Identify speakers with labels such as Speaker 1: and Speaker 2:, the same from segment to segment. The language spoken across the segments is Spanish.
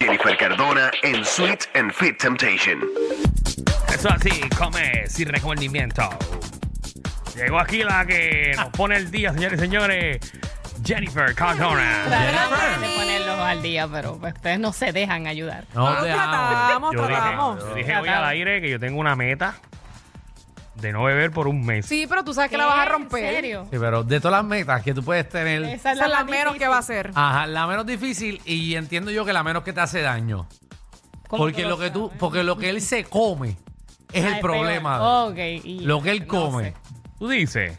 Speaker 1: Jennifer Cardona en Sweet and Fit Temptation.
Speaker 2: Eso así, come sin remordimiento. Llegó aquí la que nos pone el día, señores y señores. Jennifer Cardona.
Speaker 3: Tratamos de ponerlos al día, pero pues, ustedes no se dejan ayudar.
Speaker 4: No
Speaker 5: Vamos,
Speaker 4: te amo.
Speaker 5: tratamos,
Speaker 2: Yo dije,
Speaker 5: tratamos.
Speaker 2: yo dije hoy al aire que yo tengo una meta de no beber por un mes.
Speaker 5: Sí, pero tú sabes que la vas a
Speaker 3: ¿En
Speaker 5: romper.
Speaker 3: serio?
Speaker 4: Sí, pero de todas las metas que tú puedes tener,
Speaker 3: Esa
Speaker 5: Esa es la
Speaker 3: más
Speaker 5: menos
Speaker 3: difícil.
Speaker 5: que va a ser.
Speaker 4: ajá, la menos difícil y entiendo yo que la menos que te hace daño.
Speaker 3: ¿Cómo
Speaker 4: Porque lo que tú,
Speaker 3: sabes?
Speaker 4: porque lo que él se come es
Speaker 3: Ah,
Speaker 4: el problema.
Speaker 3: peor. Ok, y-
Speaker 4: Lo que él
Speaker 3: no
Speaker 4: come.
Speaker 3: sé.
Speaker 2: Tú dices.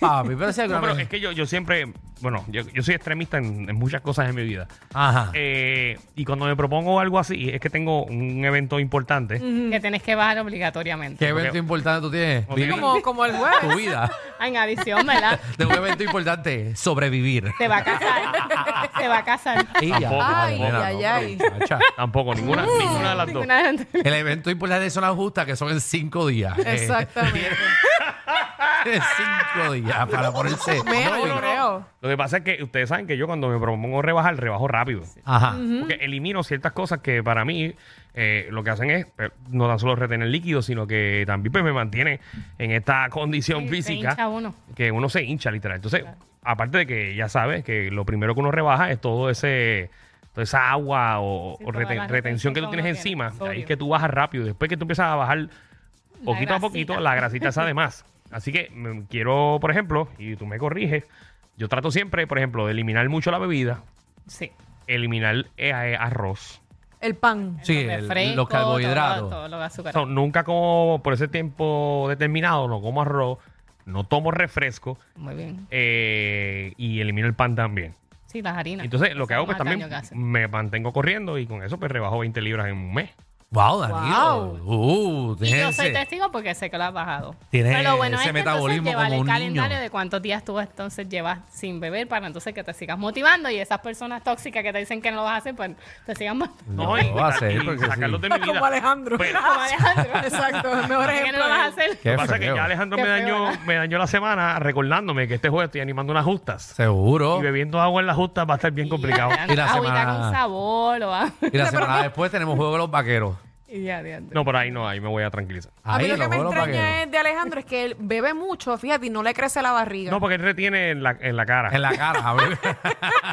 Speaker 4: Papi, pero si
Speaker 2: No,
Speaker 4: alguna
Speaker 2: pero
Speaker 4: vez-
Speaker 2: es que yo, yo siempre, bueno, yo, yo soy extremista en, en muchas cosas en mi vida.
Speaker 4: Ajá.
Speaker 2: Eh, y cuando me propongo algo así, es que tengo un evento importante.
Speaker 3: Que tenés que bajar obligatoriamente.
Speaker 4: ¿Qué evento
Speaker 2: porque-
Speaker 4: importante tú tienes?
Speaker 2: Ok.
Speaker 4: Vivir
Speaker 5: Como, como el jueves.
Speaker 4: tu vida.
Speaker 3: Ah, En adición, ¿verdad?
Speaker 4: De un evento importante, sobrevivir.
Speaker 3: Te va a casar. Te va a casar.
Speaker 4: Ella.
Speaker 2: Tampoco, Ay,
Speaker 4: Nena,
Speaker 5: ay,
Speaker 4: no,
Speaker 5: ay.
Speaker 4: pero, muchacha,
Speaker 2: Tampoco, ninguna, ninguna de las dos.
Speaker 3: Ninguna de las dos.
Speaker 4: El evento importante son las justas, que son en cinco días. Eh,
Speaker 5: Exactamente.
Speaker 4: en cinco días para ponerse.
Speaker 5: Menos,
Speaker 4: No,
Speaker 5: yo
Speaker 4: no, no.
Speaker 5: creo.
Speaker 2: Lo que pasa es que ustedes saben que yo cuando me propongo rebajar, rebajo rápido.
Speaker 4: Ajá.
Speaker 2: Porque elimino ciertas cosas que para mí eh, lo que hacen es eh, no tan solo retener líquido, sino que también pues, me mantiene en esta condición
Speaker 3: Te
Speaker 2: física
Speaker 3: hincha uno.
Speaker 2: que uno se hincha literal. Entonces, aparte de que ya sabes que lo primero que uno rebaja es todo ese toda esa agua o,
Speaker 3: Sí,
Speaker 2: o
Speaker 3: toda
Speaker 2: reten-
Speaker 3: la
Speaker 2: retención
Speaker 3: retención
Speaker 2: que tú
Speaker 3: que
Speaker 2: tienes
Speaker 3: uno
Speaker 2: encima.
Speaker 3: tiene, es
Speaker 2: Ahí es
Speaker 3: obvio.
Speaker 2: que tú bajas rápido. Después que tú empiezas a bajar poquito a
Speaker 3: grasita.
Speaker 2: poquito, la grasita esa de más. Así que mm, quiero, por ejemplo, y tú me corriges, yo trato siempre, por ejemplo, de eliminar mucho la bebida,
Speaker 3: Sí.
Speaker 2: eliminar eh, eh, arroz.
Speaker 5: El pan.
Speaker 4: Sí,
Speaker 3: Los
Speaker 4: el-
Speaker 3: refrescos,
Speaker 4: los carbohidratos.
Speaker 3: Todo, todo lo azúcar.
Speaker 2: O sea, nunca como por ese tiempo determinado, no como arroz, no tomo refresco
Speaker 3: Muy bien.
Speaker 2: eh, y elimino el pan también.
Speaker 3: Sí, las harinas.
Speaker 2: Entonces, lo que hago,
Speaker 3: Son
Speaker 2: pues
Speaker 3: más
Speaker 2: también
Speaker 3: daño que hacen.
Speaker 2: me mantengo corriendo y con eso, pues rebajo 20 libras en un mes.
Speaker 4: Wow, Danilo. Uh,
Speaker 3: Y yo soy
Speaker 4: déjense.
Speaker 3: testigo porque sé que lo has bajado.
Speaker 4: Tienes
Speaker 3: Pero lo bueno
Speaker 4: ese
Speaker 3: es que
Speaker 4: metabolismo
Speaker 3: entonces llevar
Speaker 4: como
Speaker 3: el
Speaker 4: un
Speaker 3: calendario
Speaker 4: niño.
Speaker 3: de cuántos días tú entonces llevas sin beber para entonces que te sigas motivando y esas personas tóxicas que te dicen que no lo vas a hacer, pues te sigan motivando.
Speaker 4: No,
Speaker 2: y,
Speaker 4: lo voy a hacer,
Speaker 2: y
Speaker 4: porque
Speaker 2: sacarlos
Speaker 4: sí.
Speaker 2: de mi vida.
Speaker 5: Como Alejandro.
Speaker 2: Pero-
Speaker 3: Como Alejandro.
Speaker 5: Exacto, el mejor
Speaker 3: Así que no
Speaker 5: ejemplo.
Speaker 3: lo vas a
Speaker 5: es él.
Speaker 3: hacer.
Speaker 4: Qué
Speaker 2: Lo que pasa es que
Speaker 4: feo.
Speaker 2: ya Alejandro
Speaker 3: Qué
Speaker 2: me
Speaker 3: feo,
Speaker 2: dañó,
Speaker 3: ¿verdad?
Speaker 2: me dañó la semana recordándome que este jueves estoy animando unas justas.
Speaker 4: Seguro.
Speaker 2: Y bebiendo agua en las justas va a estar bien complicado.
Speaker 4: Y la
Speaker 3: Agüita
Speaker 4: semana-
Speaker 3: con sabor o algo.
Speaker 4: Y la semana después tenemos juego de los vaqueros.
Speaker 3: Y ya, ya, ya.
Speaker 2: No, por ahí no, ahí me voy a tranquilizar.
Speaker 5: A mí
Speaker 4: Ahí,
Speaker 5: lo que
Speaker 4: los
Speaker 5: me
Speaker 4: juegos de los
Speaker 5: extraña
Speaker 4: vaqueros.
Speaker 5: es de Alejandro es que él bebe mucho, fíjate, y no le crece la barriga.
Speaker 2: No, porque él retiene en la, en la cara.
Speaker 4: En la cara, a ver.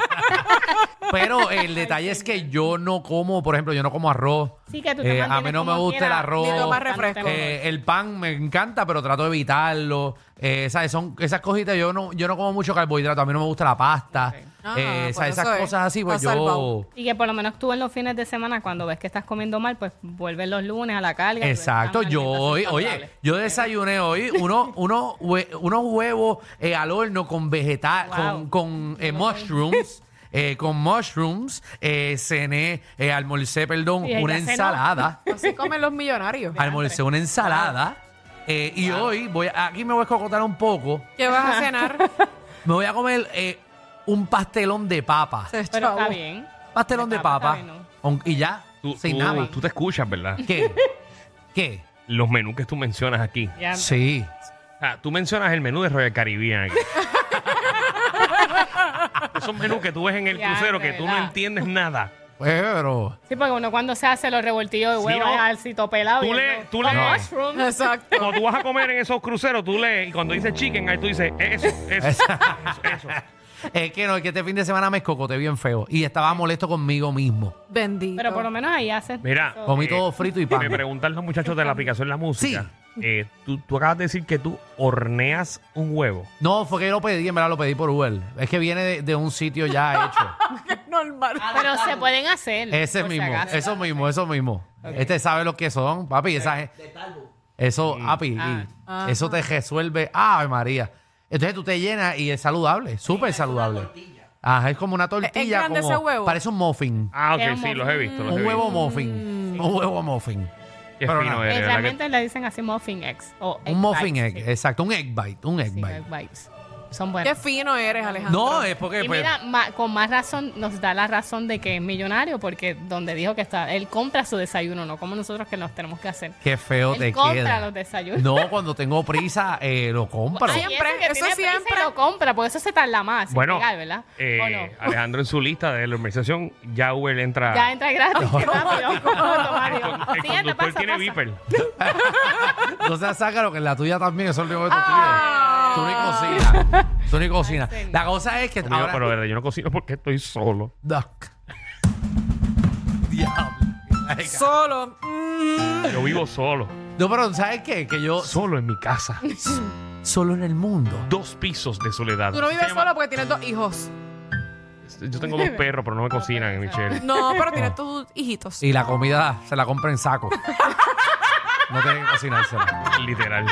Speaker 4: Pero el detalle es que yo no como, por ejemplo, yo no como arroz.
Speaker 3: Sí, que tú te
Speaker 4: Eh, a
Speaker 3: mantienes
Speaker 4: mí no me
Speaker 3: como
Speaker 4: gusta
Speaker 3: quiera,
Speaker 4: el arroz.
Speaker 5: Ni tomar
Speaker 3: tanto
Speaker 5: refresco.
Speaker 3: te-
Speaker 4: Eh, el pan me encanta, pero trato de evitarlo. Eh, ¿sabes? Son esas cositas, yo no, yo no como mucho carbohidrato, a mí no me gusta la pasta.
Speaker 5: Ah,
Speaker 4: Eh,
Speaker 5: por
Speaker 4: ¿sabes?
Speaker 5: eso
Speaker 4: Esas
Speaker 5: es.
Speaker 4: cosas así, pues
Speaker 5: Está salvado.
Speaker 4: yo...
Speaker 3: Y que por lo menos tú en los fines de semana, cuando ves que estás comiendo mal, pues vuelves los lunes a la carga. y
Speaker 4: Exacto,
Speaker 3: vuelves a
Speaker 4: yo
Speaker 3: una
Speaker 4: hoy,
Speaker 3: alimentación
Speaker 4: oye,
Speaker 3: saludable.
Speaker 4: yo desayuné hoy uno, uno hue- unos huevos eh, al horno con vegetal,
Speaker 3: Wow.
Speaker 4: con, con, eh, mushrooms. eh, con mushrooms, eh, cené, eh, almorcé, perdón,
Speaker 3: Sí, ella
Speaker 4: una
Speaker 3: cenó.
Speaker 4: ensalada.
Speaker 5: Así comen los millonarios.
Speaker 4: almorcé una ensalada. eh, y hoy voy a- aquí me voy a escocotar un poco.
Speaker 5: ¿Qué vas a cenar?
Speaker 4: Me voy a comer eh, un pastelón de papa.
Speaker 5: Se
Speaker 3: Pero
Speaker 5: chavo.
Speaker 3: está bien.
Speaker 4: Pastelón de,
Speaker 3: de papa,
Speaker 4: papa.
Speaker 3: está bien,
Speaker 4: con- y ya,
Speaker 2: Tú,
Speaker 4: sin
Speaker 2: tú-
Speaker 4: nada. más.
Speaker 2: tú te escuchas, ¿verdad?
Speaker 4: ¿Qué? ¿Qué?
Speaker 2: Los menús que tú mencionas aquí.
Speaker 3: Ya.
Speaker 4: Sí.
Speaker 2: O sea, tú mencionas el menú de Royal Caribbean. aquí. Esos menús que tú ves en el
Speaker 3: Ya,
Speaker 2: crucero
Speaker 3: de
Speaker 2: que tú no
Speaker 3: verdad.
Speaker 2: entiendes nada.
Speaker 4: Pero...
Speaker 3: Sí, porque uno cuando se hace los revoltillos de
Speaker 2: Sí,
Speaker 3: huevo
Speaker 2: ¿no?
Speaker 3: es alcito pelado.
Speaker 2: Tú
Speaker 3: y
Speaker 2: le-
Speaker 3: uno,
Speaker 2: tú le-
Speaker 3: "Oh,
Speaker 2: No.
Speaker 3: mushroom".
Speaker 5: Exacto.
Speaker 2: Cuando tú vas a comer en esos cruceros, tú lees y cuando dices chicken, ahí tú dices eso, eso, eso, eso.
Speaker 4: Es que no, es que este fin de semana me escocoté bien feo y estaba molesto conmigo mismo.
Speaker 5: Bendito.
Speaker 3: Pero por lo menos ahí haces.
Speaker 2: Mira,
Speaker 3: eso.
Speaker 4: Comí
Speaker 2: Eh,
Speaker 4: todo frito y pan.
Speaker 2: Me preguntan los muchachos de la aplicación La Música. eh, tú, tú acabas de decir que tú horneas un huevo.
Speaker 4: No, fue que lo pedí, en verdad lo pedí por Uber. Es que viene de, de un sitio ya hecho.
Speaker 5: Normal.
Speaker 3: Pero se pueden hacer.
Speaker 4: Ese
Speaker 3: por si
Speaker 4: mismo,
Speaker 3: acaso.
Speaker 4: eso mismo, eso mismo. Este sabe lo que son, papi. Esa, Eso, papi, y
Speaker 5: Ah.
Speaker 4: eso te resuelve. ¡Ay, María! Entonces tú te llenas y es saludable, súper saludable. Ajá, es como una tortilla.
Speaker 5: grande
Speaker 4: como-
Speaker 5: ese huevo?
Speaker 4: Parece un muffin.
Speaker 2: Ah, ok,
Speaker 3: Es un
Speaker 2: sí, los he
Speaker 3: muffin.
Speaker 2: visto. Los he
Speaker 4: Un huevo
Speaker 2: visto.
Speaker 4: muffin. Un huevo muffin.
Speaker 2: Qué
Speaker 4: Pero
Speaker 2: fino
Speaker 4: nada.
Speaker 2: eres,
Speaker 3: Eh,
Speaker 2: ¿verdad que-
Speaker 3: realmente le dicen así muffin eggs. O egg
Speaker 4: Un muffin
Speaker 3: bites,
Speaker 4: egg,
Speaker 3: sí.
Speaker 4: exacto. Un egg bite. Un egg
Speaker 3: Sí,
Speaker 4: bite.
Speaker 3: egg bites. Son
Speaker 5: Qué
Speaker 3: buenos.
Speaker 5: fino eres, Alejandro.
Speaker 4: No, es porque.
Speaker 3: Y
Speaker 4: pues,
Speaker 3: mira, ma- con más razón nos da la razón de que es millonario, porque donde dijo que está, él compra su desayuno, no como nosotros que nos tenemos que hacer.
Speaker 4: Qué feo
Speaker 3: Él
Speaker 4: te
Speaker 3: compra
Speaker 4: queda.
Speaker 3: los desayunos.
Speaker 4: No, cuando tengo prisa, eh, lo compro.
Speaker 3: Hay
Speaker 5: Siempre,
Speaker 3: ese que
Speaker 5: eso
Speaker 3: tiene prisa y
Speaker 5: siempre.
Speaker 3: lo compra, porque eso se tarda más. en
Speaker 2: Bueno,
Speaker 3: llegar, ¿verdad?
Speaker 2: eh,
Speaker 3: ¿O no?
Speaker 2: Alejandro en su lista de la organización, ya Uber entra.
Speaker 3: Ya entra gratis, qué rápido.
Speaker 2: el,
Speaker 3: automático.
Speaker 2: con- el conductor
Speaker 3: Siguiente, pasa,
Speaker 2: tiene
Speaker 3: pasa.
Speaker 2: Viper.
Speaker 4: No seas sácalo, que en la tuya también, eso es lo único que tú
Speaker 5: Ah.
Speaker 4: pides. Tú ni cocinas. Tú ni cocinas.
Speaker 3: señor.
Speaker 4: La cosa es que.
Speaker 2: Amigo,
Speaker 4: ahora-
Speaker 2: pero de verdad, yo no cocino porque estoy solo.
Speaker 4: Duck. Diablo. Ay, ca-
Speaker 5: Solo. Mm.
Speaker 2: Yo vivo solo.
Speaker 4: No, pero ¿sabes qué? Que yo
Speaker 2: Solo en mi casa.
Speaker 4: solo en el mundo.
Speaker 2: Dos pisos de soledad.
Speaker 5: Tú no vives
Speaker 2: Se llama-
Speaker 5: solo porque tienes dos hijos.
Speaker 2: Yo tengo dos perros, pero no me cocinan, Michelle.
Speaker 5: No, pero
Speaker 4: Ah.
Speaker 5: tienes tus hijitos.
Speaker 4: Y la comida se la compra en saco. No tienen que cocinársela.
Speaker 2: Literal.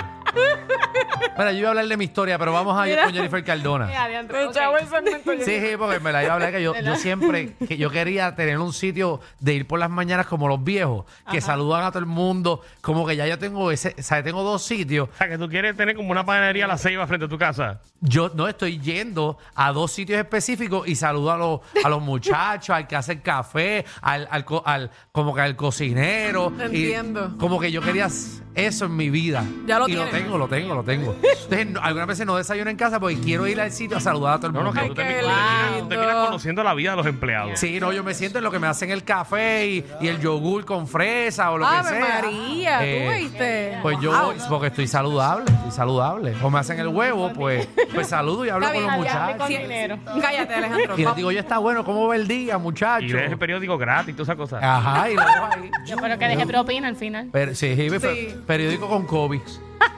Speaker 4: Mira, yo iba a hablar de mi historia, pero vamos a ir
Speaker 3: Mira.
Speaker 4: con Jennifer Cardona.
Speaker 3: Mira, de Andrés,
Speaker 5: Te
Speaker 3: ok.
Speaker 5: echaba el segmento.
Speaker 4: Sí, sí, porque me la iba a hablar que yo, yo siempre, que yo quería tener un sitio de ir por las mañanas como los viejos, que saludan a todo el mundo, como que ya yo tengo ese, o sea, tengo dos sitios.
Speaker 2: O sea, que tú quieres tener como una panadería a las seis frente a tu casa.
Speaker 4: Yo no estoy yendo a dos sitios específicos y saludo a los, a los muchachos, al que hace el café, al, al, co- al- como que al cocinero.
Speaker 5: Te
Speaker 4: y
Speaker 5: entiendo.
Speaker 4: como que yo quería s- eso en mi vida.
Speaker 5: Ya lo
Speaker 4: y lo
Speaker 5: tienes.
Speaker 4: tengo, lo tengo, lo tengo. Entonces, no- algunas veces no desayuno en casa porque quiero ir al sitio a saludar a todo el
Speaker 2: No,
Speaker 4: mundo.
Speaker 2: no, que
Speaker 5: Ay,
Speaker 2: tú
Speaker 5: qué
Speaker 2: terminas, tú terminas- tú terminas
Speaker 5: lindo.
Speaker 2: conociendo la vida de los empleados.
Speaker 4: Sí, no, yo me siento en lo que me hacen el café y, y el yogur con fresa o lo que
Speaker 5: Ave
Speaker 4: sea.
Speaker 5: María,
Speaker 4: Eh,
Speaker 5: tú viste.
Speaker 4: Pues yo voy, porque estoy saludable, estoy saludable. O me hacen el huevo, pues, pues saludo y hablo
Speaker 5: Está
Speaker 4: con los
Speaker 5: bien, ya hablé
Speaker 4: muchachos.
Speaker 3: con dinero.
Speaker 5: Cállate, Alejandro.
Speaker 4: Y les
Speaker 5: Va-
Speaker 4: digo, yo está bueno, ¿cómo va el día,
Speaker 2: Y
Speaker 4: muchachos?
Speaker 2: lees el periódico gratis y todas esas cosas.
Speaker 4: Ajá, y lo dejo ahí.
Speaker 3: Yo espero que deje propina al final.
Speaker 4: Per- sí, sí, per-
Speaker 5: Sí.
Speaker 4: periódico con COVID.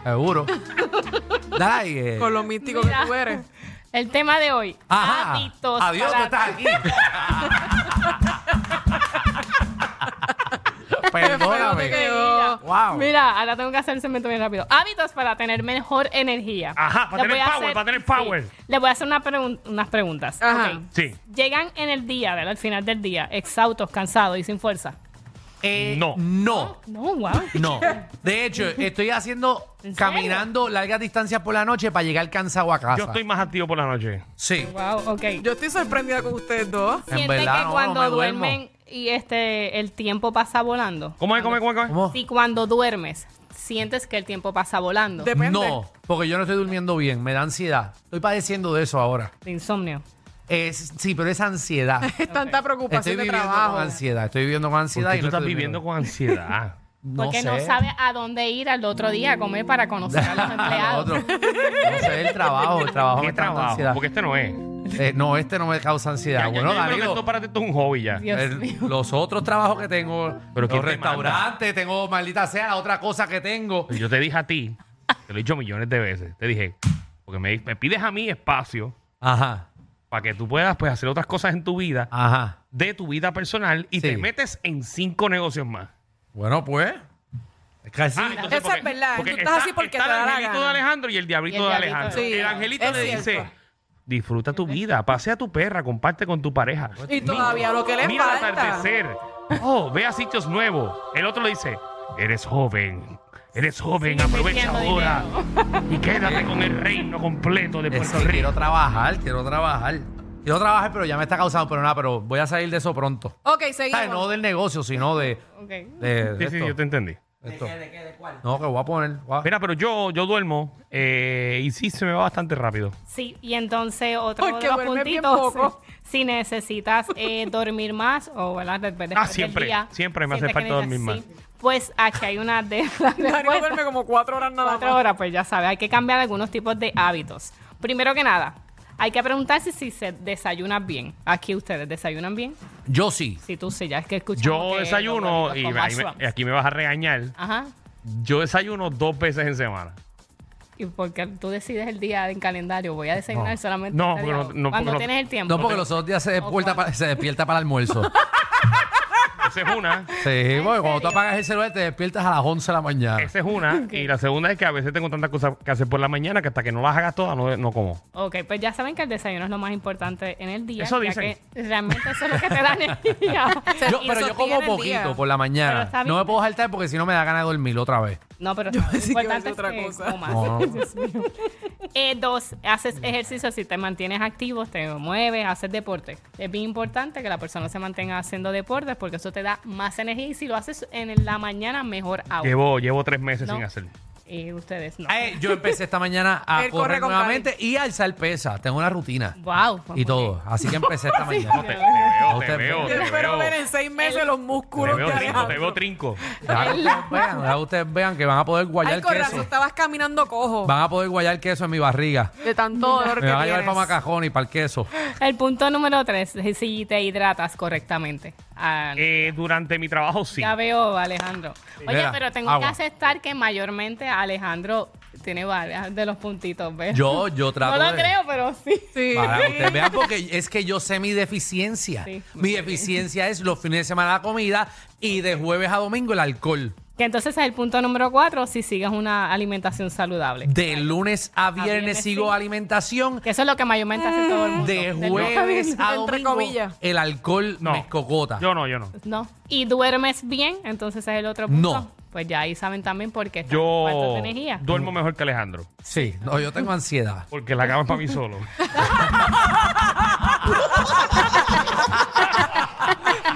Speaker 4: Seguro. Dale. eh.
Speaker 5: Con lo místico que tú eres.
Speaker 3: El tema de hoy.
Speaker 4: Ajá.
Speaker 3: Hábitos.
Speaker 4: Adiós, tú
Speaker 3: para-
Speaker 4: estás aquí. Perdóname.
Speaker 5: quedó.
Speaker 4: Wow.
Speaker 3: Mira, ahora tengo que hacer el cemento bien rápido. Hábitos para tener mejor energía.
Speaker 2: Ajá, para tener
Speaker 3: Les voy a
Speaker 2: power, para tener
Speaker 3: sí.
Speaker 2: power.
Speaker 3: Les voy a hacer una pregun- unas preguntas.
Speaker 5: Ajá.
Speaker 3: Ok.
Speaker 2: Sí.
Speaker 3: Llegan en el día, ¿verdad? Al final del día, exhaustos, cansados y sin fuerza.
Speaker 2: No.
Speaker 4: No.
Speaker 3: Eh, No, wow.
Speaker 4: No. De hecho, estoy haciendo
Speaker 3: ¿En serio?
Speaker 4: caminando largas distancias por la noche para llegar cansado a casa.
Speaker 2: Yo estoy más activo por la noche.
Speaker 4: Sí.
Speaker 3: Wow, ok.
Speaker 5: Yo estoy sorprendida con ustedes dos.
Speaker 4: En
Speaker 3: Sienten
Speaker 4: verdad,
Speaker 3: que
Speaker 4: no,
Speaker 3: cuando
Speaker 4: no me duermo.
Speaker 3: duermen y este el tiempo pasa volando.
Speaker 2: ¿Cómo es, cómo es, cómo es? cómo es?
Speaker 4: ¿Cómo?
Speaker 3: Si cuando duermes sientes que el tiempo pasa volando. De,
Speaker 5: Depende.
Speaker 4: No, porque yo no estoy durmiendo bien, me da ansiedad. Estoy padeciendo de eso ahora.
Speaker 3: insomnio.
Speaker 4: Es, sí, pero es ansiedad.
Speaker 5: Es tanta
Speaker 4: Estoy
Speaker 5: preocupación de
Speaker 4: viviendo
Speaker 5: trabajo.
Speaker 4: con ansiedad, estoy viviendo con
Speaker 2: ¿Por
Speaker 4: ansiedad.
Speaker 2: qué
Speaker 4: y
Speaker 2: tú
Speaker 4: no
Speaker 2: estás
Speaker 4: estoy
Speaker 2: viviendo
Speaker 4: durmiendo.
Speaker 2: con ansiedad.
Speaker 3: Porque no,
Speaker 4: sé.
Speaker 3: sabe a dónde ir al otro día a comer para conocer a los empleados.
Speaker 4: Otro. No sé, el trabajo, el trabajo me
Speaker 2: ¿Qué
Speaker 4: está dando
Speaker 2: trabajo?
Speaker 4: ansiedad.
Speaker 2: Porque este no es.
Speaker 4: Eh, no, este no me causa ansiedad.
Speaker 2: Ya, ya, ya, yo
Speaker 4: bueno,
Speaker 2: creo
Speaker 4: Danilo,
Speaker 2: que esto para ti esto es un hobby ya.
Speaker 3: Dios
Speaker 4: el-
Speaker 3: mío.
Speaker 4: los otros trabajos que tengo,
Speaker 2: Pero
Speaker 4: los
Speaker 2: ¿quién te manda?
Speaker 4: restaurantes, tengo maldita sea la otra cosa que tengo.
Speaker 2: Yo te dije a ti, te lo he dicho millones de veces, te dije, porque me, me pides a mí espacio
Speaker 4: Ajá,
Speaker 2: para que tú puedas pues, hacer otras cosas en tu vida,
Speaker 4: ajá.
Speaker 2: de tu vida personal, y
Speaker 4: Ah. Sí.
Speaker 2: te metes en cinco negocios más.
Speaker 4: Bueno, pues. Es casi.
Speaker 2: Ah, entonces,
Speaker 5: Eso es verdad, tú estás así porque
Speaker 2: está
Speaker 5: te da
Speaker 2: el
Speaker 5: la
Speaker 2: angelito
Speaker 5: gana.
Speaker 2: de Alejandro y el diablito
Speaker 3: Y el
Speaker 2: de
Speaker 3: diablito.
Speaker 2: Alejandro.
Speaker 5: Sí,
Speaker 2: el angelito
Speaker 5: es
Speaker 2: le
Speaker 5: cierto.
Speaker 2: dice, disfruta tu vida, pasea tu perra, comparte con tu pareja.
Speaker 5: Y todavía lo que les
Speaker 2: Mira el
Speaker 5: falta.
Speaker 2: atardecer. Oh, ve a sitios nuevos. El otro le dice, eres joven. Eres joven,
Speaker 3: Sigue
Speaker 2: aprovecha
Speaker 3: metiendo
Speaker 2: ahora. Y quédate con el reino completo de
Speaker 4: Es
Speaker 2: Puerto
Speaker 4: que
Speaker 2: Rico.
Speaker 4: quiero trabajar, quiero trabajar. Quiero trabajar, pero ya me está causando, pero nada, pero voy a salir de eso pronto.
Speaker 5: Ok,
Speaker 4: ¿Sabes? No
Speaker 5: seguimos.
Speaker 4: del negocio, sino de.
Speaker 3: Ok.
Speaker 4: de, de
Speaker 2: Sí, sí,
Speaker 4: esto,
Speaker 2: yo te entendí.
Speaker 4: de esto. No, que voy a poner. voy a-
Speaker 2: Mira, pero yo, yo duermo eh, y sí se me va bastante rápido.
Speaker 3: Sí, y entonces otro
Speaker 5: Porque
Speaker 3: de los
Speaker 5: duermes bien
Speaker 3: puntitos,
Speaker 5: poco.
Speaker 3: si necesitas eh, dormir más o ¿verdad? de- después
Speaker 2: Ah,
Speaker 3: del
Speaker 2: siempre,
Speaker 3: día,
Speaker 2: siempre me hace
Speaker 3: sientes que
Speaker 2: falta dormir
Speaker 3: necesitas- sí. Pues aquí hay una de las
Speaker 5: Darío
Speaker 3: respuestas.
Speaker 5: duerme como cuatro horas nada
Speaker 3: cuatro
Speaker 5: más.
Speaker 3: horas, pues ya sabes, hay que cambiar algunos tipos de hábitos. Primero que nada, hay que preguntarse si se desayunan bien. Aquí ustedes desayunan bien.
Speaker 4: Yo sí.
Speaker 3: Si tú sí, ya es que escuchamos
Speaker 2: Yo
Speaker 3: que
Speaker 2: desayuno
Speaker 3: los
Speaker 2: y,
Speaker 3: bonitos con
Speaker 2: ahí me-
Speaker 3: mushrooms.
Speaker 2: y aquí me vas a regañar.
Speaker 3: Ajá.
Speaker 2: Yo desayuno dos veces en semana.
Speaker 3: Y porque tú decides el día en calendario, voy a desayunar solamente
Speaker 2: No,
Speaker 3: este
Speaker 2: porque
Speaker 3: día
Speaker 2: no-
Speaker 3: o-
Speaker 2: no,
Speaker 3: cuando
Speaker 2: porque no-
Speaker 3: tienes el tiempo.
Speaker 4: No, porque los otros días se despierta, para, se despierta para el almuerzo.
Speaker 2: Esa es una.
Speaker 4: Sí, porque cuando tú apagas el celular te despiertas a las 11 de la mañana.
Speaker 2: Esa es una. Y la segunda es que a veces tengo tantas cosas que hacer por la mañana que hasta que no las hagas todas no, no como.
Speaker 3: Ok, pues ya saben que el desayuno es lo más importante en el día.
Speaker 2: Eso
Speaker 3: ya
Speaker 2: dicen.
Speaker 3: que realmente eso es lo que te da energía.
Speaker 4: Yo- pero yo
Speaker 5: Sostiene
Speaker 4: como
Speaker 5: el día.
Speaker 4: poquito por la
Speaker 3: Pero
Speaker 4: mañana.
Speaker 3: está bien.
Speaker 4: No me puedo saltar porque si no me da ganas de dormir otra vez.
Speaker 3: No, pero
Speaker 5: Yo
Speaker 3: lo
Speaker 5: pensé que iba a
Speaker 3: importante
Speaker 5: decir
Speaker 3: es
Speaker 5: otra
Speaker 3: que
Speaker 5: cosa.
Speaker 3: comas.
Speaker 4: No.
Speaker 3: Eh, dos, haces ejercicio si te mantienes activo, te mueves, haces deporte. Es bien importante que la persona se mantenga haciendo deportes porque eso te da más energía y si lo haces en la mañana, mejor aún.
Speaker 2: Llevo, llevo tres meses
Speaker 3: No.
Speaker 2: sin hacer.
Speaker 3: Y ustedes no.
Speaker 4: Eh, yo empecé esta mañana a
Speaker 5: Él corre
Speaker 4: correr
Speaker 5: con
Speaker 4: nuevamente y a alzar pesas. Tengo una rutina
Speaker 3: Wow. pues,
Speaker 4: y
Speaker 3: muy
Speaker 4: todo.
Speaker 3: bien.
Speaker 4: Así que empecé esta
Speaker 2: No, te, te
Speaker 4: mañana.
Speaker 2: veo,
Speaker 4: No
Speaker 2: te
Speaker 4: te
Speaker 2: veo,
Speaker 4: veo.
Speaker 2: te
Speaker 5: Yo espero
Speaker 2: veo.
Speaker 5: ver en seis meses los
Speaker 2: Te
Speaker 5: músculos
Speaker 2: veo
Speaker 5: de
Speaker 2: trinco, te
Speaker 5: Alejandro.
Speaker 2: veo trinco.
Speaker 4: Ya que ustedes vean, ya ustedes vean que van a poder guayar
Speaker 5: Ay, con razón,
Speaker 4: queso.
Speaker 5: estabas caminando cojo.
Speaker 4: Van a poder guayar queso en mi barriga.
Speaker 5: De tanto dolor que
Speaker 4: Me van a llevar
Speaker 5: tienes.
Speaker 4: para Macajón y para el queso.
Speaker 3: El punto número tres, si te hidratas correctamente. Ah,
Speaker 2: Eh, durante mi trabajo sí.
Speaker 3: Ya veo, Alejandro. Oye,
Speaker 4: Mira,
Speaker 3: pero tengo
Speaker 4: agua.
Speaker 3: que aceptar que mayormente Alejandro tiene varias de los puntitos, ¿ves?
Speaker 4: Yo, yo trato
Speaker 3: no lo
Speaker 4: de-
Speaker 3: creo, pero sí.
Speaker 5: Sí.
Speaker 4: Para que ustedes vean, porque es que yo sé mi deficiencia.
Speaker 3: Sí, muy
Speaker 4: mi deficiencia es los fines de semana la comida y de jueves a domingo el alcohol.
Speaker 3: Que entonces es el punto número cuatro, si sigues una alimentación saludable.
Speaker 4: De lunes a viernes,
Speaker 3: viernes,
Speaker 4: sigo
Speaker 3: sí.
Speaker 4: alimentación.
Speaker 3: Que eso es lo que mayormente hace todo el mundo.
Speaker 4: De
Speaker 3: Del-
Speaker 4: jueves a
Speaker 5: Entre
Speaker 4: domingo
Speaker 5: comillas.
Speaker 4: el alcohol
Speaker 2: No.
Speaker 4: me escocota.
Speaker 2: Yo no, yo no.
Speaker 3: No. Y duermes bien, entonces es el otro punto.
Speaker 4: No.
Speaker 3: Pues ya ahí saben también por qué.
Speaker 2: Yo
Speaker 3: Falta de energía.
Speaker 2: duermo mejor que Alejandro.
Speaker 4: Sí, no, yo tengo ansiedad.
Speaker 2: Porque la cama es para mí solo.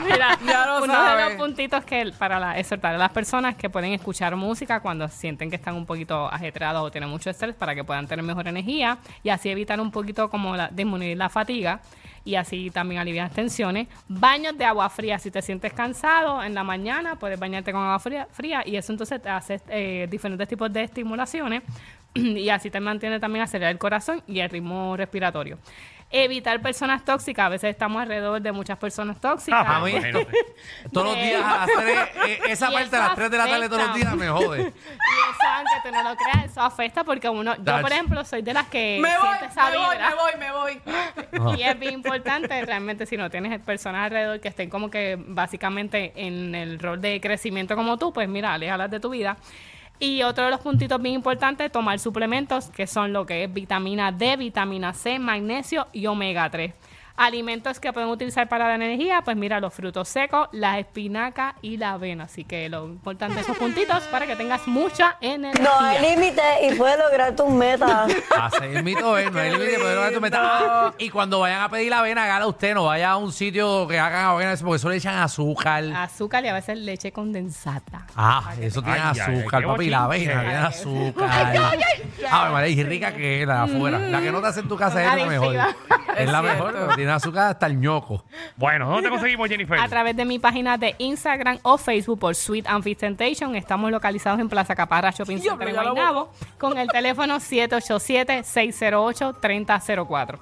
Speaker 3: Mira,
Speaker 5: Ya lo
Speaker 3: uno de
Speaker 5: sabe.
Speaker 3: los puntitos que para la- exhortar a las personas que pueden escuchar música cuando sienten que están un poquito ajetreados o tienen mucho estrés para que puedan tener mejor energía y así evitar un poquito como la, disminuir la fatiga y así también aliviar las tensiones. Baños de agua fría, si te sientes cansado en la mañana puedes bañarte con agua fría, fría y eso entonces te hace eh, diferentes tipos de estimulaciones y así te mantiene también acelerar el corazón y el ritmo respiratorio. Evitar personas tóxicas, a veces estamos alrededor de muchas personas tóxicas.
Speaker 4: a mí.
Speaker 2: imagínate.
Speaker 4: Todos los días a las 3, esa
Speaker 3: Y
Speaker 4: parte a
Speaker 3: eso
Speaker 4: las 3 de la tarde todos los
Speaker 3: afecta.
Speaker 4: días me jode.
Speaker 3: Y eso, aunque tú no lo creas, eso afecta porque uno, yo por
Speaker 4: That's-
Speaker 3: ejemplo, soy de las que
Speaker 5: Me voy,
Speaker 3: siente esa
Speaker 5: me voy,
Speaker 3: vibra.
Speaker 5: me voy, me voy.
Speaker 4: voy.
Speaker 3: Y es bien importante realmente si no tienes personas alrededor que estén como que básicamente en el rol de crecimiento como tú, pues mira, aléjalas de tu vida. Y otro de los puntitos bien importantes, tomar suplementos que son lo que es vitamina D, vitamina C, magnesio y omega 3. Alimentos que pueden utilizar para la energía, pues mira, los frutos secos, las espinacas y la avena. Así que lo importante esos puntitos para que tengas mucha energía.
Speaker 6: No hay límite y puedes lograr tus metas.
Speaker 4: Así mismito es, no hay
Speaker 5: Qué
Speaker 4: límite, pero no hay tu meta. Ah, Y cuando vayan a pedir avena, hágala usted, no vaya a un sitio que hagan avena, porque eso le echan azúcar.
Speaker 3: Ah, Azúcar y a veces leche condensada.
Speaker 4: Ah, eso tiene
Speaker 2: Ay, ay,
Speaker 4: azúcar,
Speaker 2: qué
Speaker 4: papi. La
Speaker 2: bochinche.
Speaker 4: avena tiene
Speaker 3: Ay,
Speaker 4: azúcar. A ver, María, y rica que es la de afuera. La que no te hace en tu casa es la mejor.
Speaker 3: Adictiva.
Speaker 4: Es la
Speaker 5: Es
Speaker 4: mejor,
Speaker 5: cierto.
Speaker 4: pero tiene azúcar hasta el ñoco.
Speaker 2: Bueno, ¿dónde te conseguimos, Jennifer?
Speaker 3: A través de mi página de Instagram o Facebook por Sweet and Fit Temptation. Estamos localizados en Plaza Caparra Shopping
Speaker 5: Diablo,
Speaker 3: Center en
Speaker 5: ya la voy.
Speaker 3: Guaynabo con el teléfono 787-608-3004.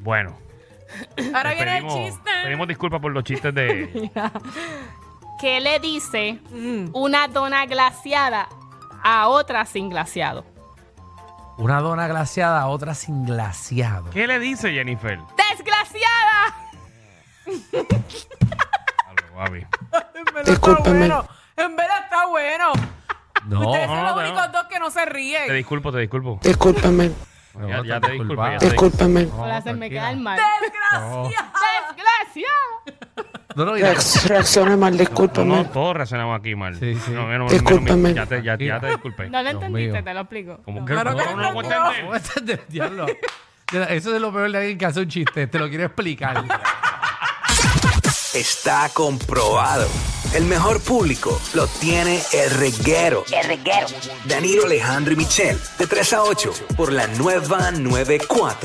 Speaker 2: Bueno.
Speaker 5: Ahora
Speaker 2: les
Speaker 5: viene el
Speaker 2: pedimos-
Speaker 5: chiste.
Speaker 2: Pedimos disculpas por los chistes de.
Speaker 3: ¿Qué le dice una dona glaciada a otra sin glaciado?
Speaker 4: Una dona glaciada, otra sin glaciado.
Speaker 2: ¿Qué le dice Jennifer?
Speaker 3: ¡Desglaciada!
Speaker 2: Aló, papi.
Speaker 5: En verdad está bueno. En verdad está bueno.
Speaker 4: No.
Speaker 5: Ustedes son
Speaker 2: no,
Speaker 5: los
Speaker 2: no,
Speaker 5: únicos
Speaker 2: no.
Speaker 5: dos que no se ríen.
Speaker 2: Te disculpo, te disculpo.
Speaker 7: Discúlpame,
Speaker 2: Ya, ya te disculpo. ya te disculpo.
Speaker 7: discúlpame.
Speaker 4: No,
Speaker 3: Por hacerme
Speaker 4: tranquila.
Speaker 3: quedar mal.
Speaker 5: Desgraciado.
Speaker 3: ¡Desglaciada!
Speaker 4: No lo dirás.
Speaker 7: Reacc- Reacciona mal,
Speaker 2: No,
Speaker 7: discúlpame.
Speaker 2: no, todos reaccionamos aquí mal.
Speaker 4: Sí, sí.
Speaker 2: No, menos-
Speaker 7: Discúlpame.
Speaker 2: menos- Ya te, ya, ya te disculpé.
Speaker 3: No lo
Speaker 4: Dios
Speaker 3: entendiste,
Speaker 4: mío.
Speaker 3: te lo explico.
Speaker 2: Como que
Speaker 5: Claro
Speaker 2: no,
Speaker 5: que
Speaker 2: no lo puedo
Speaker 5: no.
Speaker 2: entender.
Speaker 4: ¿Cómo estás de- diablo? Mira, Eso es lo peor de alguien que hace un chiste. Te lo quiero explicar.
Speaker 8: Está comprobado. El mejor público lo tiene el reguero. El reguero. Danilo Alejandro y Michel, de 3 a 8, por la nueva 94.